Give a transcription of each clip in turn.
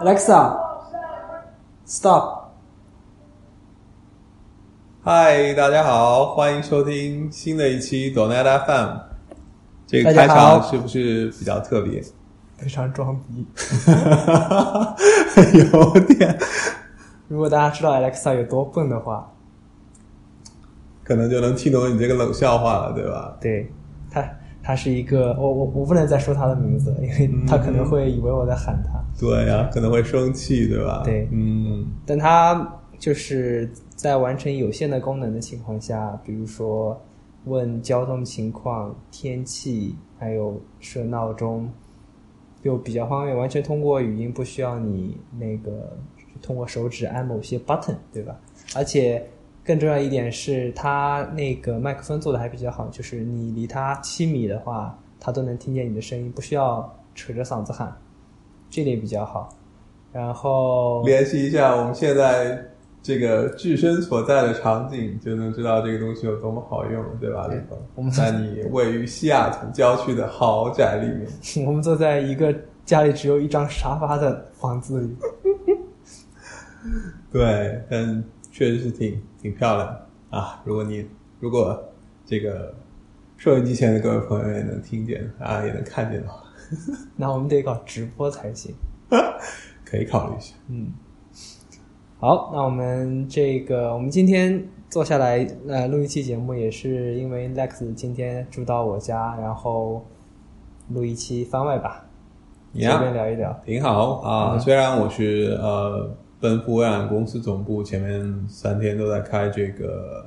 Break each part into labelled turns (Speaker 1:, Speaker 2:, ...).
Speaker 1: Alexa，stop。
Speaker 2: 嗨，大家好，欢迎收听新的一期 Donut FM。这
Speaker 1: 大
Speaker 2: 个
Speaker 1: 家
Speaker 2: 开
Speaker 1: 好
Speaker 2: 场是不是比较特别？
Speaker 1: 非常装逼。
Speaker 2: 有点，
Speaker 1: 如果大家知道 Alexa 有多笨的话，
Speaker 2: 可能就能听懂你这个冷笑话了，对吧？
Speaker 1: 对，他他是一个，我我我不能再说他的名字，因为他可能会以为我在喊他。
Speaker 2: 对呀、可能会生气，对吧？
Speaker 1: 对
Speaker 2: 嗯，
Speaker 1: 但他就是在完成有限的功能的情况下，比如说问交通情况、天气，还有设闹钟，就比较方便，完全通过语音，不需要你那个通过手指按某些 button，对吧？而且更重要一点是，它那个麦克风做的还比较好，就是你离它七米的话，它都能听见你的声音，不需要扯着嗓子喊，这点比较好。然后
Speaker 2: 联系一下我们现在这个置身所在的场景，就能知道这个东西有多么好用，对吧？李峰，
Speaker 1: 我们
Speaker 2: 在你位于西雅图郊区的豪宅里面，
Speaker 1: 我们坐在一个家里只有一张沙发的房子里，
Speaker 2: 对，但确实是挺挺漂亮的啊！如果你如果这个收音机前的各位朋友也能听见啊，也能看见的话，
Speaker 1: 那我们得搞直播才行。
Speaker 2: 可以考虑一下。
Speaker 1: 嗯，好，那我们这个我们今天坐下来呃录一期节目，也是因为 Lex 今天住到我家，然后录一期番外吧，随
Speaker 2: 呀
Speaker 1: 便聊一聊。
Speaker 2: 挺好啊。虽然我是呃奔赴微软公司总部，前面三天都在开这个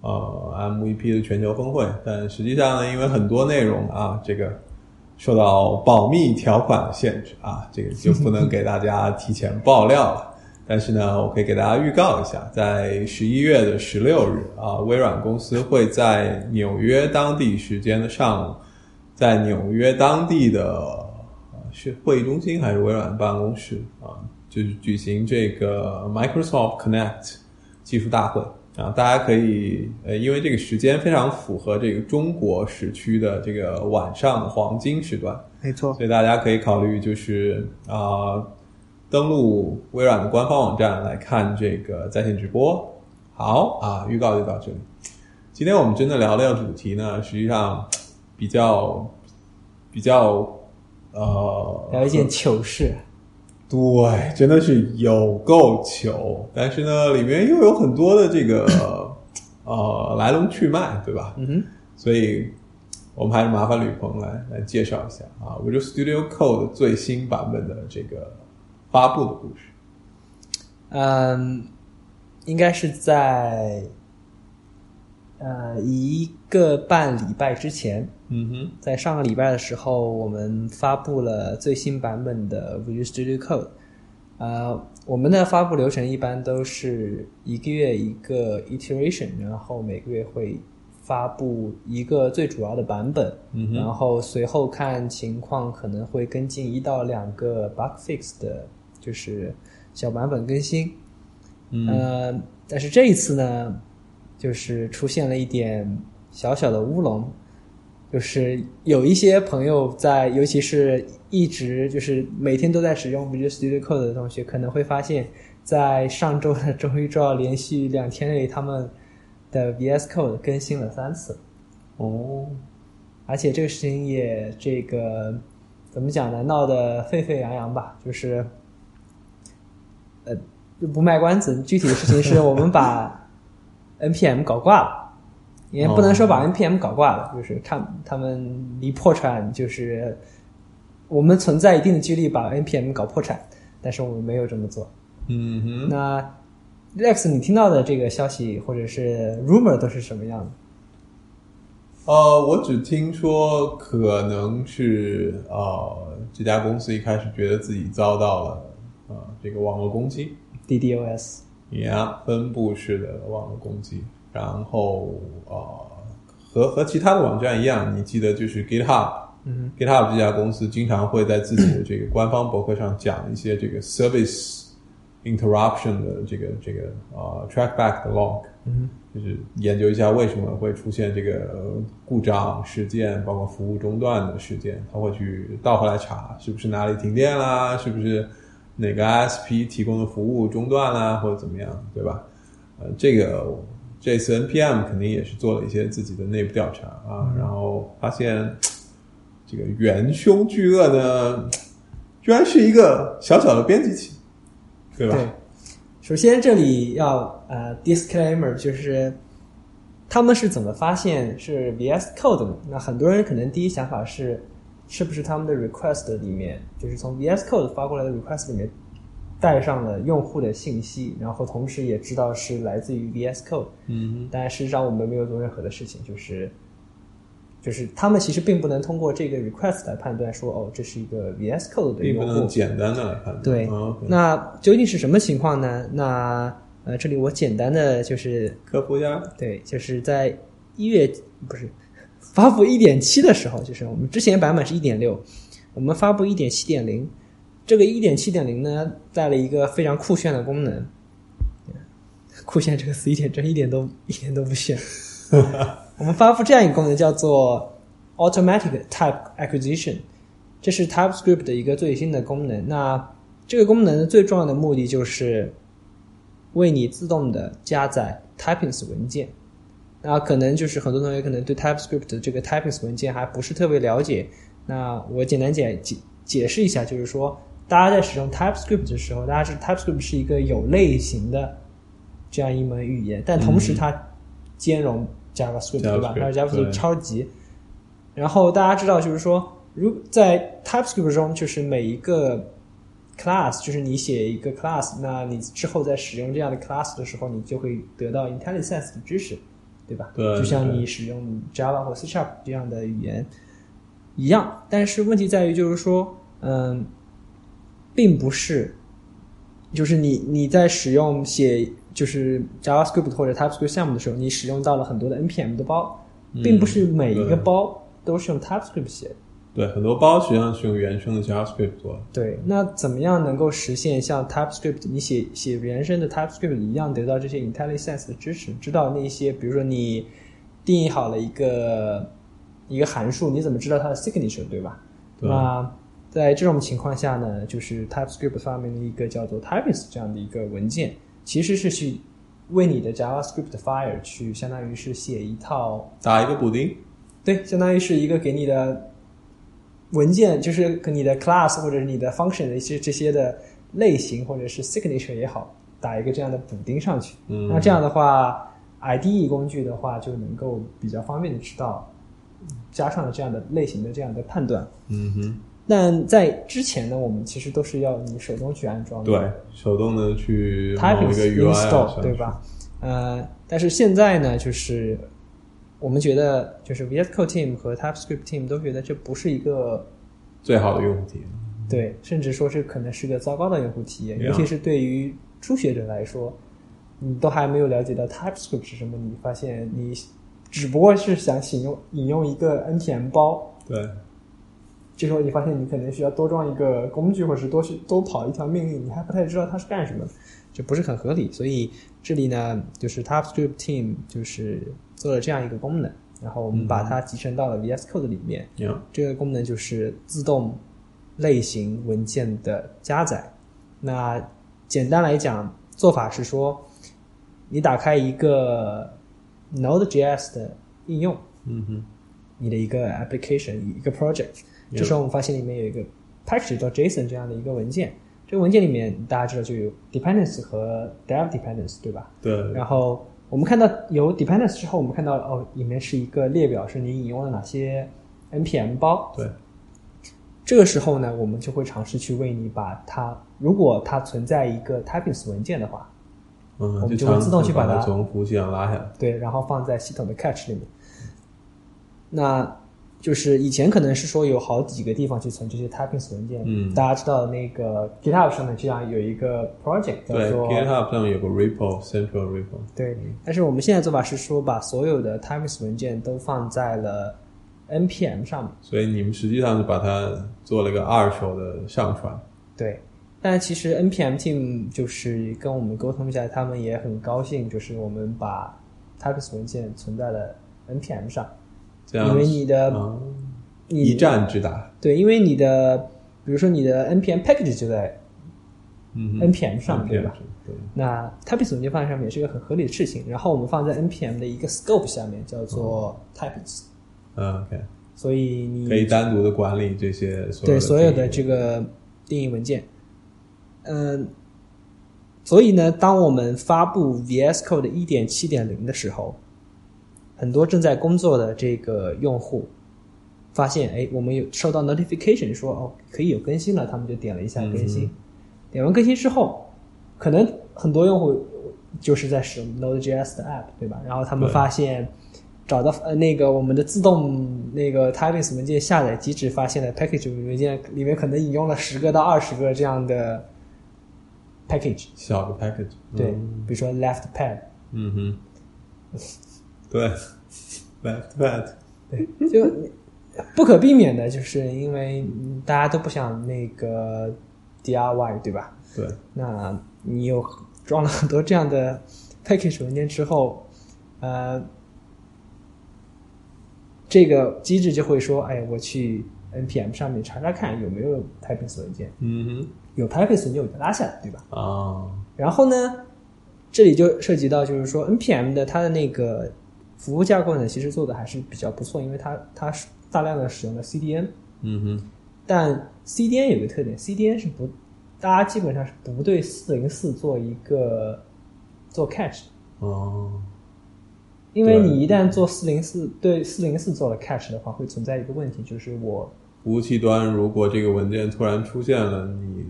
Speaker 2: 呃 MVP 的全球峰会，但实际上呢，因为很多内容啊，这个受到保密条款的限制啊，这个就不能给大家提前爆料了。但是呢，我可以给大家预告一下，在十一月的十六日啊，微软公司会在纽约当地时间的上午，在纽约当地的呃是会议中心还是微软办公室啊，就是举行这个 Microsoft Connect 技术大会啊，大家可以呃，因为这个时间非常符合这个中国时区的这个晚上黄金时段，
Speaker 1: 没错，
Speaker 2: 所以大家可以考虑就是啊、呃登录微软的官方网站来看这个在线直播。好啊，预告就到这里。今天我们真的聊聊主题呢，实际上比较比较呃，
Speaker 1: 聊一件糗事，
Speaker 2: 对，真的是有够糗，但是呢，里面又有很多的这个呃来龙去脉，对吧？
Speaker 1: 嗯哼，
Speaker 2: 所以我们还是麻烦吕鹏来来介绍一下啊，Visual Studio Code 最新版本的这个发布的故事。
Speaker 1: 嗯，应该是在呃一个半礼拜之前，
Speaker 2: 嗯哼，
Speaker 1: 在上个礼拜的时候，我们发布了最新版本的 Visual Studio Code。呃，我们的发布流程一般都是一个月一个 iteration，然后每个月会发布一个最主要的版本，
Speaker 2: 嗯
Speaker 1: 然后随后看情况可能会跟进一到两个 bug fix 的，就是小版本更新。
Speaker 2: 嗯
Speaker 1: 呃，但是这一次呢，就是出现了一点小小的乌龙，就是有一些朋友在，尤其是一直就是每天都在使用 Visual Studio Code 的同学，可能会发现，在上周的周一、周二连续两天内，他们的 VS Code 更新了三次。
Speaker 2: 哦，
Speaker 1: 而且这个事情也这个怎么讲呢？闹得沸沸扬扬吧，就是呃就不卖关子，具体的事情是我们把 NPM 搞挂了，也不能说把 NPM 搞挂了，就是看他们离破产，就是我们存在一定的几率把 NPM 搞破产，但是我们没有这么做。
Speaker 2: 嗯哼，
Speaker 1: 那 Lex，你听到的这个消息或者是 rumor 都是什么样的？
Speaker 2: 呃，我只听说可能是呃这家公司一开始觉得自己遭到了呃这个网络攻击，
Speaker 1: DDoS
Speaker 2: 呀，分布式的网络攻击，然后呃，和和其他的网站一样，你记得就是 GitHub，
Speaker 1: 嗯
Speaker 2: ，GitHub 这家公司经常会在自己的这个官方博客上讲一些这个 service interruption 的这个这个呃 trackback 的 log，
Speaker 1: 嗯
Speaker 2: 就是研究一下为什么会出现这个呃故障事件，包括服务中断的事件，他会去倒回来查是不是哪里停电啦，是不是哪个 ISP 提供的服务中断啦、或者怎么样，对吧？呃，这个这次 NPM 肯定也是做了一些自己的内部调查啊，
Speaker 1: 嗯
Speaker 2: 然后发现这个元凶巨鳄呢，居然是一个小小的编辑器，对吧？
Speaker 1: 对，首先这里要呃 disclaimer 就是他们是怎么发现是 VS Code 呢？那很多人可能第一想法是，是不是他们的 request 里面就是从 VS Code 发过来的 request 里面带上了用户的信息，然后同时也知道是来自于 VS Code。
Speaker 2: 嗯
Speaker 1: 但事实上我们没有做任何的事情，就是就是他们其实并不能通过这个 request 来判断说哦这是一个 VS Code
Speaker 2: 哼，
Speaker 1: 的
Speaker 2: 并不
Speaker 1: 用户。
Speaker 2: 能简单的来判断。
Speaker 1: 对
Speaker 2: 啊，OK
Speaker 1: 那究竟是什么情况呢？那呃，这里我简单的就是
Speaker 2: 科普一下，
Speaker 1: 对，就是在一月不是发布一点七的时候，就是我们之前版本是一点六，我们发布一点七点零，这个一点七点零呢带了一个非常酷炫的功能。酷炫这个词一点真一点都一点都不炫。我们发布这样一个功能叫做 Automatic Type Acquisition，这是 TypeScript 的一个最新的功能。那这个功能最重要的目的就是为你自动的加载 Typings 文件。那可能就是很多同学可能对 TypeScript 的这个 Typings 文件还不是特别了解。那我简单解解解释一下，就是说大家在使用 TypeScript 的时候，大家知道 TypeScript 是一个有类型的这样一门语言，但同时它兼容 JavaScript，、对吧？
Speaker 2: JavaScript，
Speaker 1: 它是 JavaScript
Speaker 2: 对
Speaker 1: 超级。然后大家知道，就是说，如在 TypeScript 中，就是每一个 class，就是你写一个 class，那你之后在使用这样的 class 的时候，你就会得到 IntelliSense 的知识，对吧？
Speaker 2: 对
Speaker 1: 就像
Speaker 2: 对
Speaker 1: 你使用 Java 或 C Sharp 这样的语言一样。但是问题在于，就是说，嗯，并不是，就是你你在使用写就是 JavaScript 或者 TypeScript 项目的时候，你使用到了很多的 NPM 的包，并不是每一个
Speaker 2: 对
Speaker 1: 包都是用 TypeScript 写的。
Speaker 2: 对，很多包实际上是用原生的 JavaScript 做的。
Speaker 1: 对，那怎么样能够实现像 TypeScript 你写写原生的 TypeScript 一样得到这些 IntelliSense 的支持？知道那些，比如说你定义好了一个一个函数，你怎么知道它的 signature，对吧？
Speaker 2: 对
Speaker 1: 那在这种情况下呢，就是 TypeScript 发明了一个叫做 Typings 这样的一个文件，其实是去为你的 JavaScript file 去相当于是写一套
Speaker 2: 打一个补丁，
Speaker 1: 对，相当于是一个给你的文件，就是跟你的 class 或者是你的 function 的一些这些的类型或者是 signature 也好，打一个这样的补丁上去。
Speaker 2: 嗯
Speaker 1: 那这样的话，IDE 工具的话就能够比较方便的知道，加上了这样的类型的这样的判断。
Speaker 2: 嗯哼，
Speaker 1: 但在之前呢，我们其实都是要你手动去安装的。
Speaker 2: 对，手动的去某
Speaker 1: Typing
Speaker 2: 一个 UI 啊
Speaker 1: install
Speaker 2: 上
Speaker 1: 对
Speaker 2: 去
Speaker 1: 吧？呃，但是现在呢，就是我们觉得，就是 VS Code team 和 TypeScript team 都觉得这不是一个
Speaker 2: 最好的用户体验。
Speaker 1: 对，甚至说是可能是个糟糕的用户体验，
Speaker 2: Yeah
Speaker 1: 尤其是对于初学者来说，你都还没有了解到 TypeScript 是什么，你发现你只不过是想引用引用一个 NPM 包。
Speaker 2: 对，
Speaker 1: 这时候你发现你可能需要多装一个工具，或者是多去多跑一条命令，你还不太知道它是干什么的，这不是很合理。所以这里呢，就是 TypeScript team 就是做了这样一个功能，然后我们把它集成到了 VS Code 里面。
Speaker 2: 一样。
Speaker 1: 这个功能就是自动类型文件的加载。那简单来讲，做法是说，你打开一个 Node.js 的应用，
Speaker 2: 嗯哼，
Speaker 1: 你的一个 application 一个 project。
Speaker 2: Yeah
Speaker 1: 这时候我们发现里面有一个 package 叫 JSON 这样的一个文件，这个文件里面大家知道就有 dependence 和 dev dependence 对吧？
Speaker 2: 对，
Speaker 1: 然后我们看到有 dependence 之后，我们看到哦，里面是一个列表，是你引用了哪些 npm 包。
Speaker 2: 对，嗯
Speaker 1: 这个时候呢，我们就会尝试去为你把它，如果它存在一个 typings 文件的话，我
Speaker 2: 嗯，
Speaker 1: 们就会
Speaker 2: 尝
Speaker 1: 自动
Speaker 2: 试
Speaker 1: 去把
Speaker 2: 把
Speaker 1: 它
Speaker 2: 从服务器上拉下来。
Speaker 1: 对，然后放在系统的 cache 里面。那就是以前可能是说有好几个地方去存这些 typings 文件，
Speaker 2: 嗯
Speaker 1: 大家知道那个 GitHub 上面这样有一个 project 叫
Speaker 2: 对
Speaker 1: 做
Speaker 2: ，GitHub 上面有个 repo central repo。
Speaker 1: 对，但是我们现在做法是说把所有的 typings 文件都放在了 npm 上面，
Speaker 2: 所以你们实际上是把它做了一个二手的上传，
Speaker 1: 对。但其实 npm team 就是跟我们沟通一下，他们也很高兴，就是我们把 typings 文件存在了 npm 上，
Speaker 2: 这样
Speaker 1: 因为你的、
Speaker 2: 啊
Speaker 1: 你
Speaker 2: 一站直达。
Speaker 1: 对，因为你的，比如说你的 npm package 就在
Speaker 2: 嗯
Speaker 1: NPM 上，对
Speaker 2: 对
Speaker 1: 吧？？
Speaker 2: 对，
Speaker 1: 那 Type 总结方案上面也是一个很合理的事情。然后我们放在 NPM 的一个 scope 下面，叫做 Types，、
Speaker 2: 嗯，OK，
Speaker 1: 所以你
Speaker 2: 哦可以单独的管理这些所有
Speaker 1: 嗯对
Speaker 2: 的
Speaker 1: 所有
Speaker 2: 定
Speaker 1: 的
Speaker 2: 义
Speaker 1: 这个定义文件。嗯，所以呢，当我们发布 VS Code 一点七点零的时候，很多正在工作的这个用户发现，哎，我们有收到 notification 说哦可以有更新了，他们就点了一下
Speaker 2: 嗯哼
Speaker 1: 更新。点完更新之后，可能很多用户就是在使用 Node.js 的 app，对吧？然后他们
Speaker 2: 对
Speaker 1: 发现找到呃那个我们的自动那个 Types 文件下载机制发现了 package 文件里面可能引用了十个到二十个这样的 package，
Speaker 2: 小的 package，
Speaker 1: 对，
Speaker 2: 嗯
Speaker 1: 比如说 left pad，
Speaker 2: 嗯哼，对，left pad，
Speaker 1: 对，就不可避免的就是因为嗯大家都不想那个 DIY，对吧？
Speaker 2: 对，
Speaker 1: 那你有装了很多这样的 package 文件之后，呃，这个机制就会说，哎，我去 npm 上面查查看有没有 Types 文件，
Speaker 2: 嗯
Speaker 1: 有 Types 文件我就拉下来，对吧？
Speaker 2: 哼，啊，
Speaker 1: 然后呢，这里就涉及到就是说 npm 的它的那个服务架构呢，其实做的还是比较不错，因为它它是大量的使用了 CDN，
Speaker 2: 嗯哼，
Speaker 1: 但 CDN 有个特点，CDN 是不，大家基本上是不对404做一个做 cache，
Speaker 2: 哦，
Speaker 1: 因为
Speaker 2: 对嗯
Speaker 1: 你一旦做404对404做了 cache 的话，会存在一个问题，就是我
Speaker 2: 服务器端如果这个文件突然出现了，你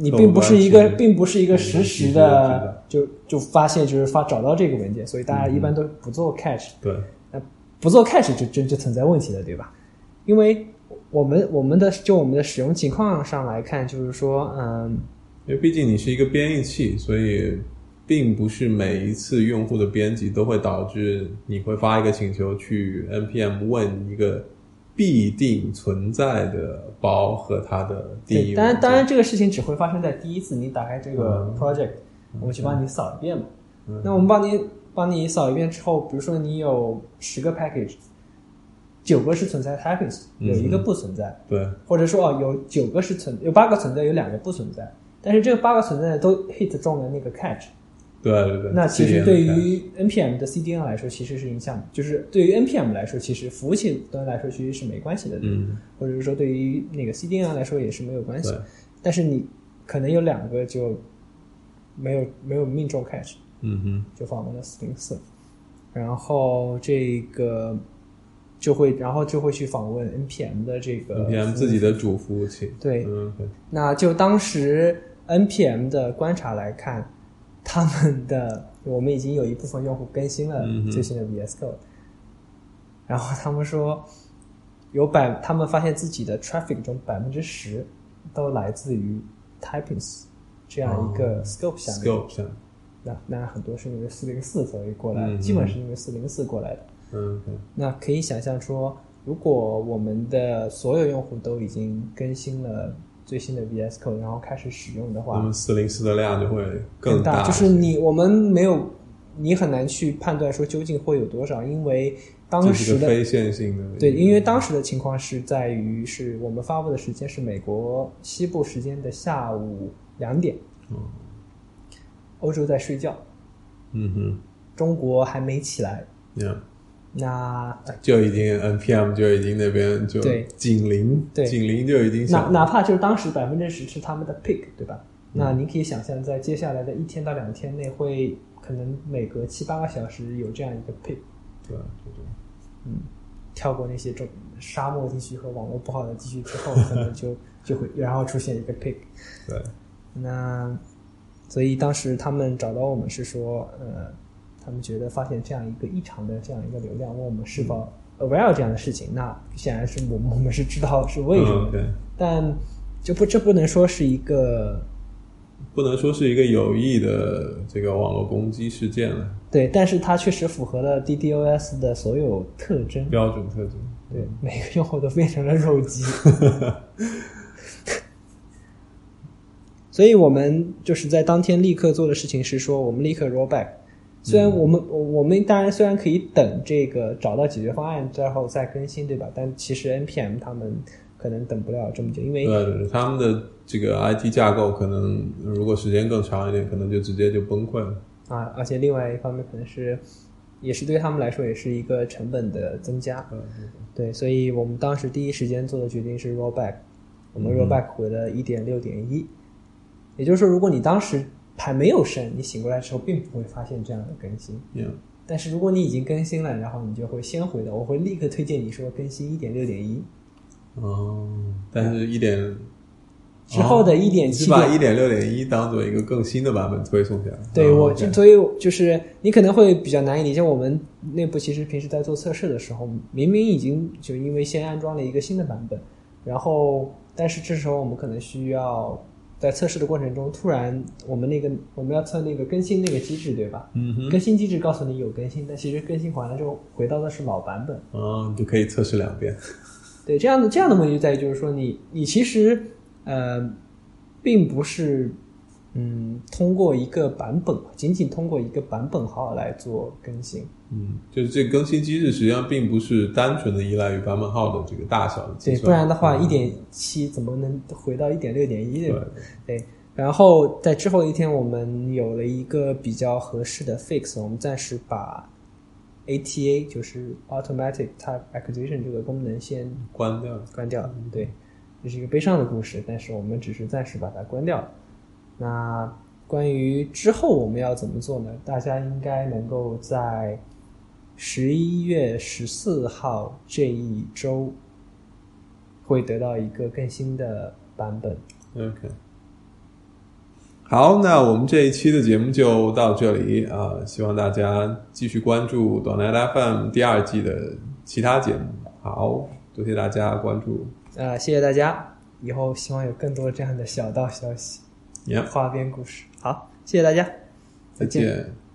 Speaker 1: 你并不是一个
Speaker 2: 客户端其实
Speaker 1: 并不是一个实时的
Speaker 2: 嗯
Speaker 1: 就就发现就是发找到这个文件，所以大家一般都不做 cache，
Speaker 2: 对，
Speaker 1: 那不做 cache 就就就存在问题了，对吧？因为我们我们的就我们的使用情况上来看，就是说，嗯，
Speaker 2: 因为毕竟你是一个编译器，所以并不是每一次用户的编辑都会导致你会发一个请求去 npm 问一个必定存在的包和它的定义
Speaker 1: 对，
Speaker 2: 文件。
Speaker 1: 当然，当然，这个事情只会发生在第一次你打开这个
Speaker 2: 嗯
Speaker 1: project，、我们去帮你扫一遍嘛。
Speaker 2: 嗯
Speaker 1: 那我们帮你帮你扫一遍之后，比如说你有十个 package，九个是存在 package，有
Speaker 2: 嗯
Speaker 1: 一个不存在，
Speaker 2: 对，
Speaker 1: 或者说哦有九个是存有八个存在，有两个不存在，但是这个八个存在的都 hit 中了那个 catch，
Speaker 2: 对对对。
Speaker 1: 那其实
Speaker 2: CDN
Speaker 1: 对于 npm 的 CDN 来说，其实是影响，就是对于 npm 来说，其实服务器端来说其实是没关系的，对吧
Speaker 2: 嗯，
Speaker 1: 或者是说对于那个 CDN 来说也是没有关系
Speaker 2: 对。，
Speaker 1: 但是你可能有两个就没有没有命中 catch，
Speaker 2: 嗯哼，
Speaker 1: 就访问了四零四，然后这个就会然后就会去访问 NPM 的这个
Speaker 2: NPM 自己的主服务器。
Speaker 1: 对
Speaker 2: 嗯，对
Speaker 1: 那就当时 NPM 的观察来看，他们的我们已经有一部分用户更新了
Speaker 2: 嗯哼
Speaker 1: 最新的 VS Code，、然后他们说有百，他们发现自己的 traffic 中百分之十都来自于 Typings 这样一个
Speaker 2: 哦
Speaker 1: scope 下面。
Speaker 2: ，scope 上，
Speaker 1: 那那很多是因为四零四所以过来，
Speaker 2: 嗯嗯
Speaker 1: 基本是因为四零四过来的。
Speaker 2: 嗯，对，
Speaker 1: 那可以想象说，如果我们的所有用户都已经更新了最新的 VS Code，然后开始使用的
Speaker 2: 那
Speaker 1: 话
Speaker 2: 么，四零四的量就会
Speaker 1: 很
Speaker 2: 更
Speaker 1: 大
Speaker 2: 大
Speaker 1: 就
Speaker 2: 一些，
Speaker 1: 是你我们没有，你很难去判断说究竟会有多少，因为当
Speaker 2: 这是
Speaker 1: 时
Speaker 2: 个
Speaker 1: 的
Speaker 2: 非线性的。
Speaker 1: 对，因为当时的情况是在于是我们发布的时间是美国西部时间的下午两点，
Speaker 2: 哦
Speaker 1: 欧洲在睡觉，
Speaker 2: 嗯哼，
Speaker 1: 中国还没起来。
Speaker 2: yeah
Speaker 1: 那
Speaker 2: 就已经 NPM 就已经那边就
Speaker 1: 对
Speaker 2: 紧邻，
Speaker 1: 对
Speaker 2: 紧邻就已经
Speaker 1: 哪
Speaker 2: 想
Speaker 1: 哪怕就是当时百分之十是他们的 pick，对吧？那你可以想象，在接下来的一天到两天内，会可能每隔七八个小时有这样一个 pick，
Speaker 2: 对，就这样
Speaker 1: 跳过那些中沙漠地区和网络不好的地区之后，可能就 就会然后出现一个 pick。
Speaker 2: 对，
Speaker 1: 那所以当时他们找到我们是说，呃，他们觉得发现这样一个异常的这样一个流量，问我们是否 aware 这样的事情。那显然是我们我们是知道是为什么的，
Speaker 2: 嗯对，
Speaker 1: 但就不这不能说是一个
Speaker 2: 不能说是一个有意的这个网络攻击事件了，
Speaker 1: 对，但是它确实符合了 DDoS 的所有特征。
Speaker 2: 标准特征。
Speaker 1: 对，每个用户都变成了肉鸡。所以我们就是在当天立刻做的事情是说，我们立刻 rollback。虽然我们、我我们当然虽然可以等这个找到解决方案之后再更新，对吧？但其实 npm 他们可能等不了这么久，因为
Speaker 2: 对对对，他们的这个 IT 架构可能如果时间更长一点，可能就直接就崩溃了。
Speaker 1: 啊，而且另外一方面可能是，也是对他们来说也是一个成本的增加。
Speaker 2: 嗯
Speaker 1: 对，所以我们当时第一时间做的决定是 rollback，我们
Speaker 2: 嗯
Speaker 1: rollback 回了一点六点一，也就是说，如果你当时还没有升，你醒过来的时候并不会发现这样的更新。
Speaker 2: ，yeah，
Speaker 1: 但是如果你已经更新了，然后你就会先回到，我会立刻推荐你说更新一点六点一
Speaker 2: 哦，但是一点
Speaker 1: 之后的一点
Speaker 2: 哦你
Speaker 1: 七
Speaker 2: 是把一点六点一当做一个更新的版本推送下来。
Speaker 1: 对
Speaker 2: 哦
Speaker 1: 我，
Speaker 2: ，OK
Speaker 1: 就所以我就是你可能会比较难以理解。我们内部其实平时在做测试的时候，明明已经就因为先安装了一个新的版本，然后但是这时候我们可能需要在测试的过程中，突然我们那个我们要测那个更新那个机制，对吧？
Speaker 2: 嗯哼，
Speaker 1: 更新机制告诉你有更新，但其实更新完了之后回到的是老版本。
Speaker 2: 哦，你就可以测试两遍。
Speaker 1: 对，这样的这样的问题就在于，就是说你你其实呃，并不是嗯通过一个版本，仅仅通过一个版本号来做更新。
Speaker 2: 嗯，就是这个更新机制实际上并不是单纯的依赖于版本号的这个大小的计
Speaker 1: 对，
Speaker 2: 算，
Speaker 1: 不然的话，
Speaker 2: 嗯
Speaker 1: 一点七怎么能回到一点六点一？对
Speaker 2: 对
Speaker 1: 吧？对。然后在之后一天，我们有了一个比较合适的 fix，我们暂时把 ATA 就是 Automatic Type Acquisition 这个功能先
Speaker 2: 关掉。
Speaker 1: 关掉了。对，这是一个悲伤的故事，但是我们只是暂时把它关掉了。那关于之后我们要怎么做呢？大家应该能够在十一月十四号这一周会得到一个更新的版本。
Speaker 2: OK，好，那我们这一期的节目就到这里啊、希望大家继续关注短来 FM 第二季的其他节目。好，多谢大家关注。
Speaker 1: 呃，谢谢大家，以后希望有更多这样的小道消息、
Speaker 2: y e
Speaker 1: 花边故事。好，谢谢大家，
Speaker 2: 再
Speaker 1: 再见
Speaker 2: 见。